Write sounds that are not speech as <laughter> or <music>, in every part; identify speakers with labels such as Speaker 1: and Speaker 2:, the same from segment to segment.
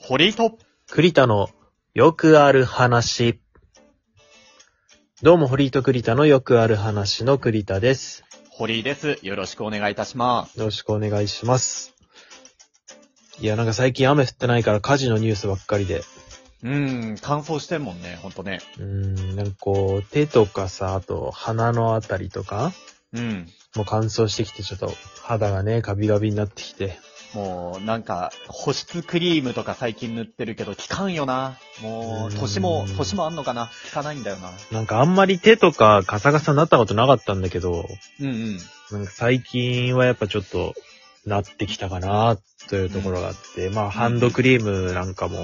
Speaker 1: 堀井と、
Speaker 2: 栗田のよくある話。どうも、堀井と栗田のよくある話の栗田です。
Speaker 1: 堀井です。よろしくお願いいたします。
Speaker 2: よろしくお願いします。いや、なんか最近雨降ってないから火事のニュースばっかりで。
Speaker 1: うーん、乾燥してんもんね、ほんとね。
Speaker 2: うーん、なんかこう、手とかさ、あと鼻のあたりとか、
Speaker 1: うん。
Speaker 2: もう乾燥してきてちょっと肌がね、カビカビになってきて。
Speaker 1: もう、なんか、保湿クリームとか最近塗ってるけど、効かんよな。も
Speaker 2: う
Speaker 1: う、
Speaker 2: ーん
Speaker 1: 年も、年もあんのかな効かないんだよな。
Speaker 2: なんかあんまり手とかガサガサになったことなかったんだけど、
Speaker 1: うんうん。
Speaker 2: なんか最近はやっぱちょっとなってきたかなというところがあって、まあハンドクリームなんかも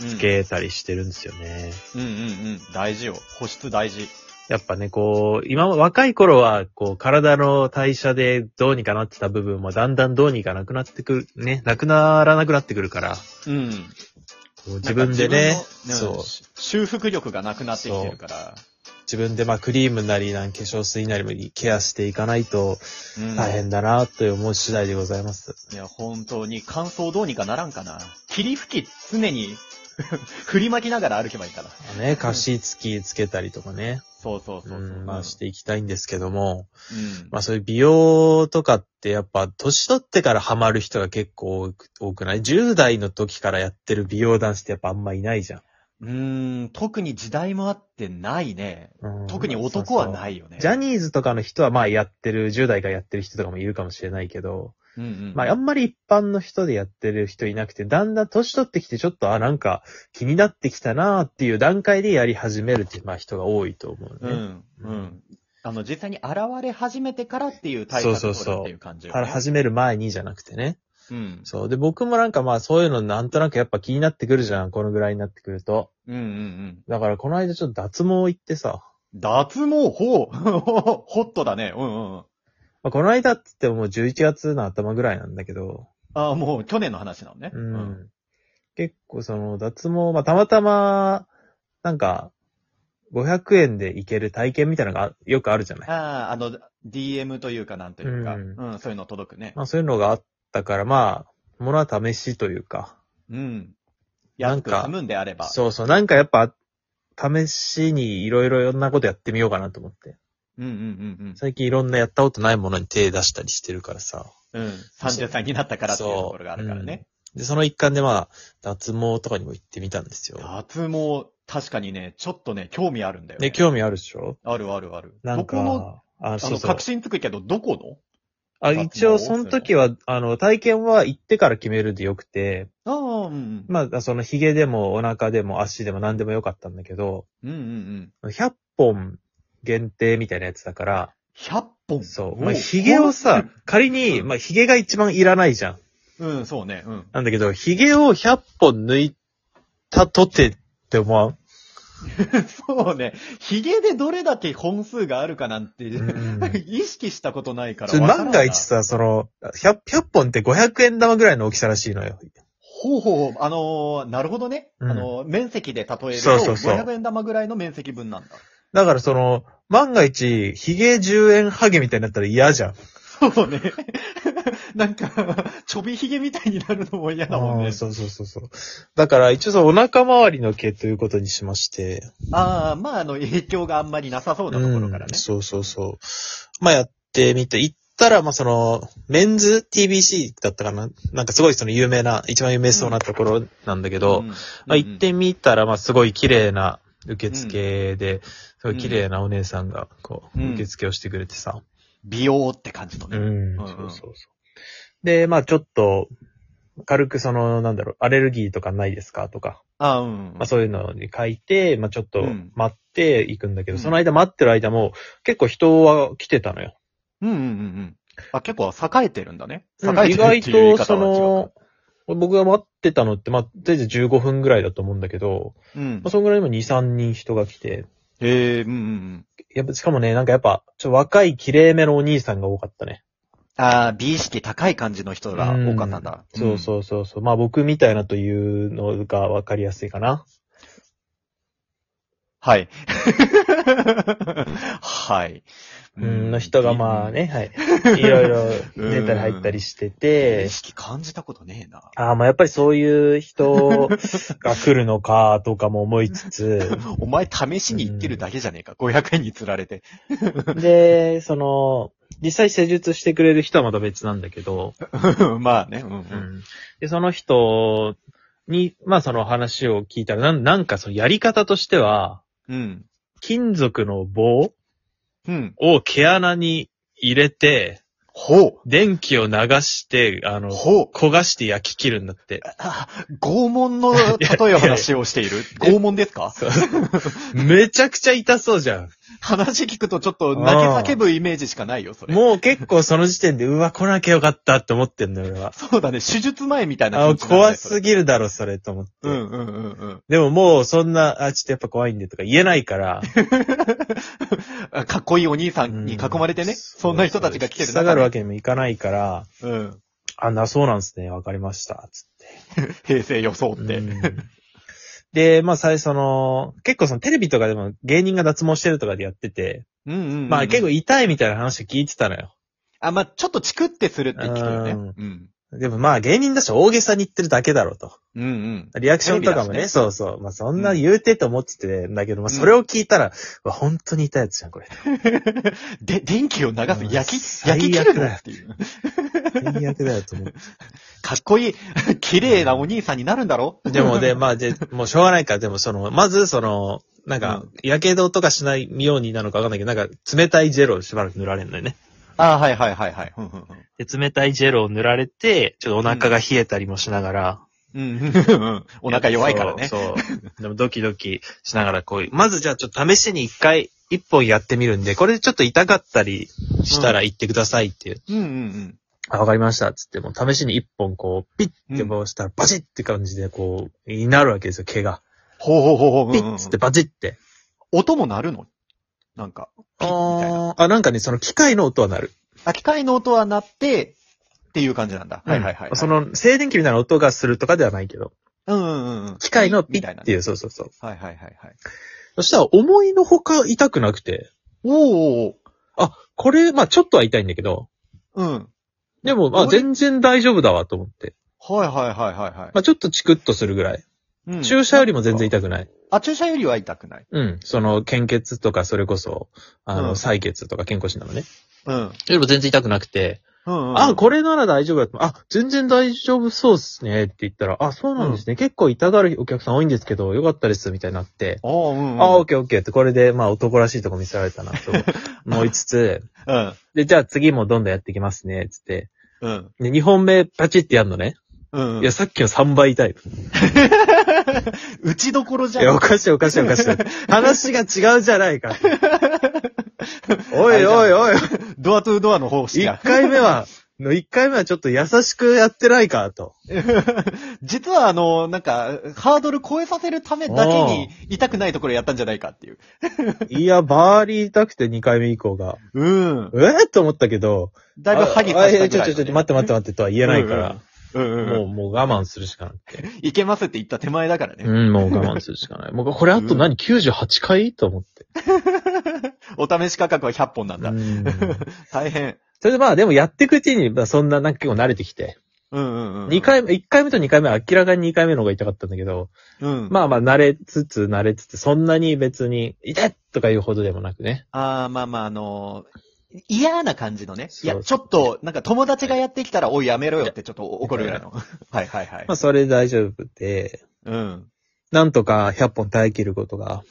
Speaker 1: うん
Speaker 2: つけたりしてるんですよね。
Speaker 1: うんうんうん。大事よ。保湿大事。
Speaker 2: やっぱね、こう、今も若い頃は、こう、体の代謝でどうにかなってた部分もだんだんどうにかなくなってくる、ね、なくならなくなってくるから、
Speaker 1: うん。
Speaker 2: こう自分でね、
Speaker 1: なんか自分の
Speaker 2: そう
Speaker 1: ね、修復力がなくなってきてるから。
Speaker 2: 自分でまあクリームなりなん化粧水なりもケアしていかないと
Speaker 1: うん
Speaker 2: 大変だなという思う次第でございます。
Speaker 1: いや、本当に乾燥どうにかならんかな。霧吹き常に <laughs> 振り巻きながら歩けばいいから。
Speaker 2: ね、加湿器つけたりとかね、
Speaker 1: そうそうそううそう。
Speaker 2: ん、まあしていきたいんですけども、
Speaker 1: うん。
Speaker 2: まあそういう美容とかってやっぱ年取ってからハマる人が結構多く多くない ?10 代の時からやってる美容男子ってやっぱあんまいないじゃん。
Speaker 1: うーん、特に時代もあってないね。
Speaker 2: うん。
Speaker 1: 特に男はないいよね。
Speaker 2: ジャニーズとかの人はまあやってる、10代がやってる人とかもいるかもしれないけど、
Speaker 1: うんうん。
Speaker 2: まああんまり一般の人でやってる人いなくて、だんだん年取ってきてちょっと、あ、なんか気になってきたなーっていう段階でやり始めるっていうまあ人が多いと思う
Speaker 1: う
Speaker 2: ね。
Speaker 1: ん、うん。あの、実際に現れ始めてからっていう対
Speaker 2: そ
Speaker 1: 策
Speaker 2: う
Speaker 1: を
Speaker 2: そ
Speaker 1: 取
Speaker 2: うそう
Speaker 1: るっていう感じよ、ね。
Speaker 2: から始める前にじゃなくてね。
Speaker 1: うん。
Speaker 2: そう。で、僕もなんかまあそういうのなんとなくやっぱ気になってくるじゃん。このぐらいになってくると。
Speaker 1: うんうんうん。
Speaker 2: だからこの間ちょっと脱毛行ってさ。
Speaker 1: 脱毛法 <laughs> ホットだね。うんうんうん。
Speaker 2: まあ、この間って言ってももう11月の頭ぐらいなんだけど。
Speaker 1: ああ、もう去年の話なのね。
Speaker 2: うん。。結構その脱毛、まあたまたま、なんか、500円で行ける体験みたいなのがあよくあるじゃない。
Speaker 1: ああ、あの、DM というかなんというか、
Speaker 2: う
Speaker 1: うんん、そういうの届くね。
Speaker 2: まあそういうのがあったからまあ、ものは試しというか。
Speaker 1: うん。
Speaker 2: な
Speaker 1: 安
Speaker 2: ん
Speaker 1: く
Speaker 2: か
Speaker 1: 済むんであれば。
Speaker 2: そうそう。なんかやっぱ、試しにいろいろいろんなことやってみようかなと思って。
Speaker 1: うんうんうん
Speaker 2: 最近いろんなやったことないものに手出したりしてるからさ。
Speaker 1: うん。うん。33になったからっていうところがあるからね。
Speaker 2: で、その一環でまあ、脱毛とかにも行ってみたんですよ。
Speaker 1: 脱毛、確かにね、ちょっとね、興味あるんだよね。
Speaker 2: で、興味あるでしょ
Speaker 1: あるあるある。
Speaker 2: なん
Speaker 1: 僕も、
Speaker 2: か、あ、
Speaker 1: あ
Speaker 2: そう
Speaker 1: の、
Speaker 2: そう
Speaker 1: 確。信つくけど、どこ
Speaker 2: あ、
Speaker 1: 脱毛
Speaker 2: 一応、その時は、あの、体験は行ってから決めるでよくて、
Speaker 1: のああ、うんうん。
Speaker 2: まあ、その髭でもお腹でも足でも何でもよかったんだけど、
Speaker 1: うんうんうん。
Speaker 2: 100本限定みたいなやつだから、
Speaker 1: 100本。
Speaker 2: そう。まあ、髭をさ、仮に、まあ、髭が一番いらないじゃん。
Speaker 1: おー、うん、そうね、うん。 <laughs>
Speaker 2: なんだけど、髭を100本抜いたとてって思わ
Speaker 1: <laughs>
Speaker 2: ん
Speaker 1: そうね。ヒゲでどれだけ本数があるかなんて、
Speaker 2: ん
Speaker 1: <laughs> 意識したことないから
Speaker 2: それ
Speaker 1: わから
Speaker 2: 万
Speaker 1: ん
Speaker 2: が一さ、その、100、100本って500円玉ぐらいの大きさらしいのよ。
Speaker 1: ほうほう、あのーなるほどね。
Speaker 2: うん
Speaker 1: あのー面積で例えると、
Speaker 2: そうそうそう
Speaker 1: 500円玉ぐらいの面積分なんだ。
Speaker 2: だからその、万が一、髭10円ハゲみたいになったら嫌じゃん。
Speaker 1: そうね。 <laughs> なんか、ちょびひげみたいになるのも嫌だもん
Speaker 2: う
Speaker 1: ね
Speaker 2: ん。そうそうそうそう。だから一応そのお腹周りの毛ということにしまして。
Speaker 1: ああ、まあ、あの、影響があんまりなさそうなところから
Speaker 2: うん
Speaker 1: ね。
Speaker 2: そうそうそう。まあやってみて、行ったらまあその、メンズ TBC だったかななんかすごいその有名な、一番有名そうなところなんだけど、
Speaker 1: うん
Speaker 2: まあ、行っ、てみたら、まあ、すごい綺麗な受付で、すごい綺麗なお姉さんが、こう、
Speaker 1: うん
Speaker 2: 受付をしてくれてさ。
Speaker 1: 美容って感じのね。
Speaker 2: ん
Speaker 1: うん
Speaker 2: そうそうそう。で、まあ、ちょっと、軽くその、なんだろう、アレルギーとかないですかとか、
Speaker 1: あーうん。
Speaker 2: まあ、そういうのに書いて、まあ、ちょっと
Speaker 1: うん
Speaker 2: 待っていくんだけど、
Speaker 1: うん
Speaker 2: その間待ってる間も、結構人は来てたのよ。
Speaker 1: うんうんうんうん。あ、結構栄えてるんだね。栄
Speaker 2: うん
Speaker 1: え
Speaker 2: 意
Speaker 1: てる
Speaker 2: 外
Speaker 1: っていう言い方
Speaker 2: と、そ
Speaker 1: は違う
Speaker 2: の、僕が待ってたのって、まあ、全然15分ぐらいだと思うんだけど、
Speaker 1: うん
Speaker 2: まあ、。そのぐらいにも2、3人人が来て、
Speaker 1: へえ、うんうんうん。
Speaker 2: やっぱ、しかもね、なんかやっぱ、ちょっと若い綺麗めのお兄さんが多かったね。
Speaker 1: ああ、美意識高い感じの人が多かったんだ。
Speaker 2: そうそうそうそう。まあ僕みたいなというのがわかりやすいかな。
Speaker 1: はい。 <laughs> はい。
Speaker 2: うん、の人がまあ
Speaker 1: ね
Speaker 2: ね、はい。いろいろ
Speaker 1: うん
Speaker 2: 出たり入ったりして
Speaker 1: 意
Speaker 2: て、
Speaker 1: 識感じたことねえな。
Speaker 2: ああ、まあやっぱりそういう人が来るのかとかも思いつつ、
Speaker 1: お前試しに行ってるだけじゃねえか。500円に釣られ
Speaker 2: <laughs>
Speaker 1: て。
Speaker 2: で、その、実際施術してくれる人はまた別なんだけど、
Speaker 1: まあね、うん、う。
Speaker 2: うんん。で、その人に、まあその話を聞いたら、なんなんかそのやり方としては、
Speaker 1: うん。
Speaker 2: 金属の棒
Speaker 1: うん。
Speaker 2: を毛穴に入れて、
Speaker 1: ほ
Speaker 2: 電気を流して、あ
Speaker 1: う。
Speaker 2: の、
Speaker 1: ほう。
Speaker 2: 焦がして焼き切るんだって。
Speaker 1: あ拷問の例え話をしている。
Speaker 2: <laughs>
Speaker 1: 拷問ですか
Speaker 2: めちゃくちゃ痛そうじゃん。
Speaker 1: 話聞くとちょっと泣き叫ぶイメージしかないよ、それ。
Speaker 2: もう結構その時点で、うわ、来なきゃよかったって思ってんのよ、
Speaker 1: <laughs>
Speaker 2: 俺は。
Speaker 1: そうだね、手術前みたいな感
Speaker 2: あの、
Speaker 1: じになるね
Speaker 2: 怖
Speaker 1: それ
Speaker 2: すぎるだろ、それ、と思って。
Speaker 1: うんうんうんうん <laughs>
Speaker 2: でももう、そんな、あ、ちょっとやっぱ怖いんでとか言えないから。
Speaker 1: あ。かっこいいお兄さん <laughs> に囲まれてね、
Speaker 2: う
Speaker 1: そんな人たちが来てる
Speaker 2: そうそう引き下がるわ
Speaker 1: け。
Speaker 2: けにもいかないから、
Speaker 1: うん。
Speaker 2: あ、な、そうなんですね、わかりました、つ
Speaker 1: 平成予想っ
Speaker 2: って。
Speaker 1: て。
Speaker 2: うんで、まあ、最初の、結構そのテレビとかでも芸人が脱毛してるとかでやってて、
Speaker 1: うんうんうん。
Speaker 2: まあ結構痛いみたいな話聞いてたのよ。
Speaker 1: あ、まあ、ちょっとチクってするって聞くよね。うん。
Speaker 2: でもまあ芸人だし大げさに言ってるだけだろうと。
Speaker 1: うんうん。
Speaker 2: リアクションとかも
Speaker 1: テレビ
Speaker 2: ね、
Speaker 1: だし
Speaker 2: そうそう。まあ、そんな言うてと思っててんだけど、まあ、それを聞いたら、うわ、本当に痛いやつじゃん、これ。
Speaker 1: で、電気を流す
Speaker 2: う。ん
Speaker 1: 焼き、
Speaker 2: 最悪
Speaker 1: 焼き切るの
Speaker 2: だよ
Speaker 1: っていう。
Speaker 2: 最悪だよと思っ
Speaker 1: <laughs> かっこいい、綺麗なお兄さんになるんだろ
Speaker 2: て。でも、で、まあ、で、もうしょうがないから、でも、その、まず、その、なんか
Speaker 1: うん、
Speaker 2: やけどとかしないようになのかわかんないけど、なんか、冷たいジェルをしばらく塗られるのよね。
Speaker 1: ああ、はいはいはいはい。うんうん
Speaker 2: で、冷たいジェルを塗られて、ちょっとお腹が冷えたりもしながら。
Speaker 1: うんうんうんうん。お腹弱いからね。
Speaker 2: そう。そうでも、ドキドキしながら、こういう、まずじゃあ、ちょっと試しに一回、一本やってみるんで、これでちょっと痛かったりしたら行ってくださいっていう。
Speaker 1: うんうん
Speaker 2: あ、わかりました。つって、もう試しに一本こう、ピッて回したら、バチッって感じで、こう、になるわけですよ、毛が。
Speaker 1: ほうほうほうほう。
Speaker 2: ピ
Speaker 1: うんうん
Speaker 2: ッつって、バチッて。
Speaker 1: 音も鳴るのなんか、ピッみたいな。
Speaker 2: あーあ、なんかね、その機械の音は鳴る。
Speaker 1: あ、機械の音は鳴って、っていう感じなんだ。はいはいは
Speaker 2: うん
Speaker 1: い。
Speaker 2: そ、の、静電気みたいな音がするとかではないけど、
Speaker 1: うんうんうん。
Speaker 2: 機械のピ
Speaker 1: みたい
Speaker 2: ッ
Speaker 1: な
Speaker 2: っていう、そうそうそう。
Speaker 1: はいはいはいはい。
Speaker 2: そしたら、思いのほか痛くなくて、
Speaker 1: おー
Speaker 2: あ、これ、まあちょっとは痛いんだけど、
Speaker 1: おーうん。
Speaker 2: でも、まあ
Speaker 1: どれ
Speaker 2: 全然大丈夫だわと思って。
Speaker 1: はいはいはいはいはい
Speaker 2: まあちょっとチクッとするぐらい。
Speaker 1: うん。
Speaker 2: 注射よりも全然痛くない。
Speaker 1: あ、注射よりは痛くない。
Speaker 2: うん。その、献血とか、それこそ、あ
Speaker 1: うん
Speaker 2: の、採血とか健康診断のね。
Speaker 1: うん。
Speaker 2: よりも全然痛くなくて、
Speaker 1: うん、うん。
Speaker 2: あ、これなら大丈夫だと。あ、全然大丈夫そうっすねって言ったら、あ、そうなんですね。結構痛がるお客さん多いんですけど、よかったです、みたいになって。
Speaker 1: あーうん、うん。
Speaker 2: あ、オッケーオッケーって、これで、まあ男らしいとこ見せられたな、と思いつつ、
Speaker 1: うん。
Speaker 2: で、じゃあ次もどんどんやっていきますね、つって。
Speaker 1: うん。
Speaker 2: で、2本目パチってやんのね。
Speaker 1: うん。
Speaker 2: いや、、さっきの3倍痛い。
Speaker 1: <laughs> 打ちどころじ
Speaker 2: い
Speaker 1: ゃ
Speaker 2: や、お
Speaker 1: ん。
Speaker 2: かしいおかしいおかしい。話が違うじゃない <laughs> か。おいおいおい、
Speaker 1: ドアトゥードアの方式
Speaker 2: 一
Speaker 1: や。
Speaker 2: 回目は、の一回目はちょっと優しくやってないか、と。
Speaker 1: 実はあの、なんか、ハードル超えさせるためだけに痛くないところやったんじゃないかっていう。
Speaker 2: いや、バーリー痛くて2回目以降が。
Speaker 1: うん。
Speaker 2: ええと思ったけど。
Speaker 1: だいぶハギ
Speaker 2: ああ
Speaker 1: させたぐ
Speaker 2: えちょ
Speaker 1: らいのね、
Speaker 2: ちょちょ、待って待って待ってとは言えないから。
Speaker 1: うんうんうん。
Speaker 2: もう、もう我慢するしかなくて。
Speaker 1: いけますって言った手前だからね。
Speaker 2: うん、もう我慢するしかない。もうこれあと何 ?98 回と思って。
Speaker 1: お試し価格は100本なんだ。
Speaker 2: うん
Speaker 1: 大変。
Speaker 2: それでまあでもやっていくうちに、まあそんな、なんか結構慣れてきて。
Speaker 1: うんうんうん。
Speaker 2: 二回目、1回目と2回目は明らかに2回目の方が痛かったんだけど、
Speaker 1: うん。
Speaker 2: まあまあ慣れつつ慣れつつ、そんなに別に、痛いとかいうほどでもなくね。
Speaker 1: ああ、まあまあ、あのー嫌な感じのね。い
Speaker 2: そ
Speaker 1: や、
Speaker 2: う
Speaker 1: ちょっと、なんか友達がやってきたら、おい、やめろよってちょっと怒るぐらいの。はいはいはい
Speaker 2: まあ。それで大丈夫で、
Speaker 1: うん。
Speaker 2: なんとか100本耐え切ることが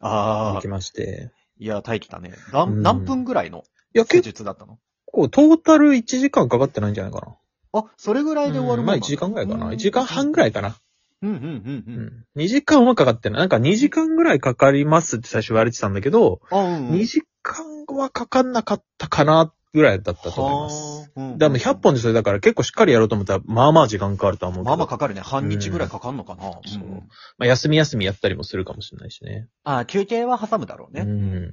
Speaker 1: あ
Speaker 2: でき
Speaker 1: あ、
Speaker 2: まして。
Speaker 1: いや、大気だね。な
Speaker 2: うん
Speaker 1: ん何分ぐらいの
Speaker 2: いや、
Speaker 1: 手
Speaker 2: 結
Speaker 1: 術だったの
Speaker 2: 構トータル1時間かかってないんじゃないかな。
Speaker 1: あ、それぐらいで終わる
Speaker 2: う
Speaker 1: も
Speaker 2: んま
Speaker 1: んな
Speaker 2: あ1
Speaker 1: んだ
Speaker 2: 時間ぐらいかな。1時間半ぐらいかな。
Speaker 1: うんうんうん
Speaker 2: う
Speaker 1: うん。
Speaker 2: ん。2時間はかかってない。なんか2時間ぐらいかかりますって最初言われてたんだけど、
Speaker 1: あ、うん、うん。
Speaker 2: 2時間はかかんなかったかなぐらいだったと思います。
Speaker 1: はー。うんうん
Speaker 2: で、あの100。本でそれだから結構しっかりやろうと思ったら、まあまあ時間かかるとは思うけど。
Speaker 1: まあまあかかるね。半日ぐらいかかんのかな。
Speaker 2: んそう
Speaker 1: うんうん
Speaker 2: まあ、休み休みやったりもするかもしれないしね。
Speaker 1: あー休憩は挟むだろう
Speaker 2: う
Speaker 1: ね。
Speaker 2: ん。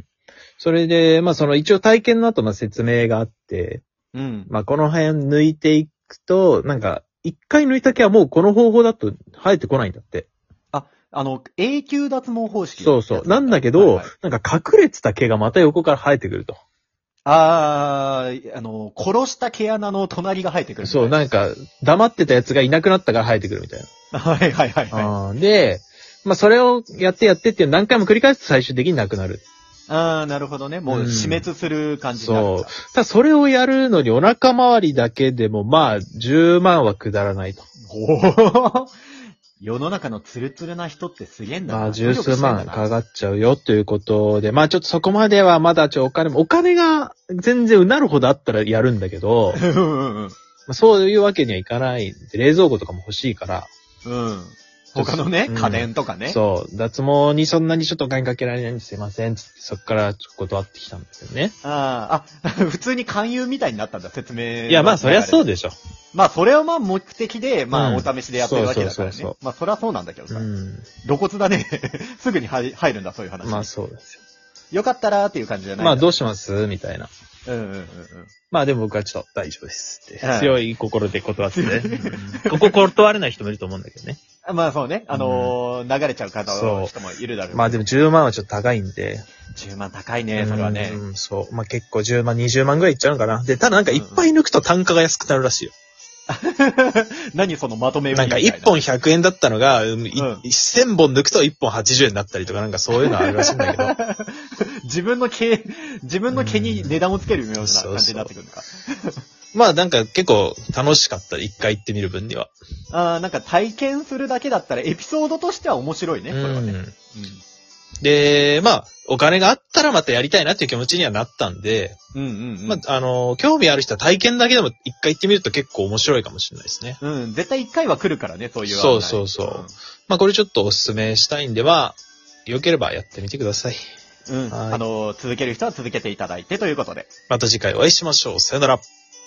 Speaker 2: それで、まあ、その一応体験の後の説明があって、
Speaker 1: うん。
Speaker 2: まあ、この辺抜いていくと、なんか、一回抜いた毛はもうこの方法だと生えてこないんだって。
Speaker 1: あの、永久脱毛方式。
Speaker 2: そうそう。なんだけど、
Speaker 1: はいはい
Speaker 2: なんか隠れてた毛がまた横から生えてくると。
Speaker 1: あー、あの、殺した毛穴の隣が生えてくる。
Speaker 2: そう、なん。か、黙ってたやつがいなくなったから生えてくるみたい
Speaker 1: <laughs> はいはいはいはい。
Speaker 2: な。あーで、まあ、それをやってやってっていう何回も繰り返すと最終的になくなる。
Speaker 1: あー、なるほどね。もう死滅する感じになるん
Speaker 2: そう
Speaker 1: だ。。
Speaker 2: ただそれをやるのにお腹周りだけでも、まあ、10万はくだらないと。
Speaker 1: おー世の中のツルツルな人ってすげえんだな。
Speaker 2: まあ、十数万か
Speaker 1: か
Speaker 2: かっちゃうよということで、まあ、ちょっとそこまではまだちょ、お金も、お金が全然うなるほどあったらやるんだけど、
Speaker 1: うんうん
Speaker 2: まあそういうわけにはいかない。冷蔵庫とかも欲しいから、
Speaker 1: うん。うん。他のね、
Speaker 2: うん
Speaker 1: 家電とかね。
Speaker 2: そう、脱毛にそんなにちょっとお金かけられないんですいません、つってそっからちょっと断ってきたんですよね。
Speaker 1: あーあ、 <laughs> 普通に勧誘みたいになったんだ、説明。
Speaker 2: いや、まあ、そりゃそう
Speaker 1: で。
Speaker 2: でしょ。
Speaker 1: まあ、それをまあ目的で、まあ、
Speaker 2: うん
Speaker 1: お試しでやってるわけだから
Speaker 2: そうそうそう
Speaker 1: ね
Speaker 2: そ。
Speaker 1: まあ、そりゃそうなんだけど
Speaker 2: う
Speaker 1: さ。
Speaker 2: ん。
Speaker 1: 露骨だね。 <laughs> すぐに入入るんだ、そういう話。
Speaker 2: まあ、そうですよ。
Speaker 1: よかったらーっていう感じじゃない
Speaker 2: まあ、ど
Speaker 1: う
Speaker 2: うしますみたいな。
Speaker 1: うんうんうんうん。
Speaker 2: まあでも僕はちょっと大丈夫ですって
Speaker 1: うん
Speaker 2: 強い心で断ってね
Speaker 1: 強い。
Speaker 2: ここ断れない人もいると思うんだけどね。
Speaker 1: あまあそうね、あのー流れちゃう方
Speaker 2: そう
Speaker 1: の人もいるだろう。
Speaker 2: まあでも10万はちょっと高いんで。
Speaker 1: 10万高いね、それはね。
Speaker 2: うん、そう。まあ結構10万、20万ぐらいいっちゃうのかな。で、ただなんかいっぱい抜くと単価が安くなるらしいよ。
Speaker 1: <laughs> 何そのまとめ売り
Speaker 2: なん
Speaker 1: み
Speaker 2: か
Speaker 1: たいな。
Speaker 2: 1本100円だったのが、うんい
Speaker 1: うん
Speaker 2: 1000本抜くと1本80円になったりとかなんかそういうのあるらしいんだ
Speaker 1: <laughs>
Speaker 2: けど。
Speaker 1: <laughs> 自分の毛、自分の毛に値段をつけるような感じになってくるのか。
Speaker 2: まあなんか結構楽しかった。一回行ってみる分には。
Speaker 1: ああ、なんか体験するだけだったらエピソードとしては面白いね、
Speaker 2: う
Speaker 1: それはね。
Speaker 2: ん。で、まあ、お金があったらまたやりたいなっていう気持ちにはなったんで、
Speaker 1: うんうんうん。
Speaker 2: まあ、あの、興味ある人は体験だけでも一回行ってみると結構面白いかもしれないですね。
Speaker 1: うん、絶対一回は来るからね、そういう案内。
Speaker 2: そうそうそうまあ、これちょっとお勧めしたいんでは、良ければやってみてください。
Speaker 1: うん。うん。
Speaker 2: はい
Speaker 1: あのー続ける人は続けていただいてということで。
Speaker 2: また次回お会いしましょう。さよなら。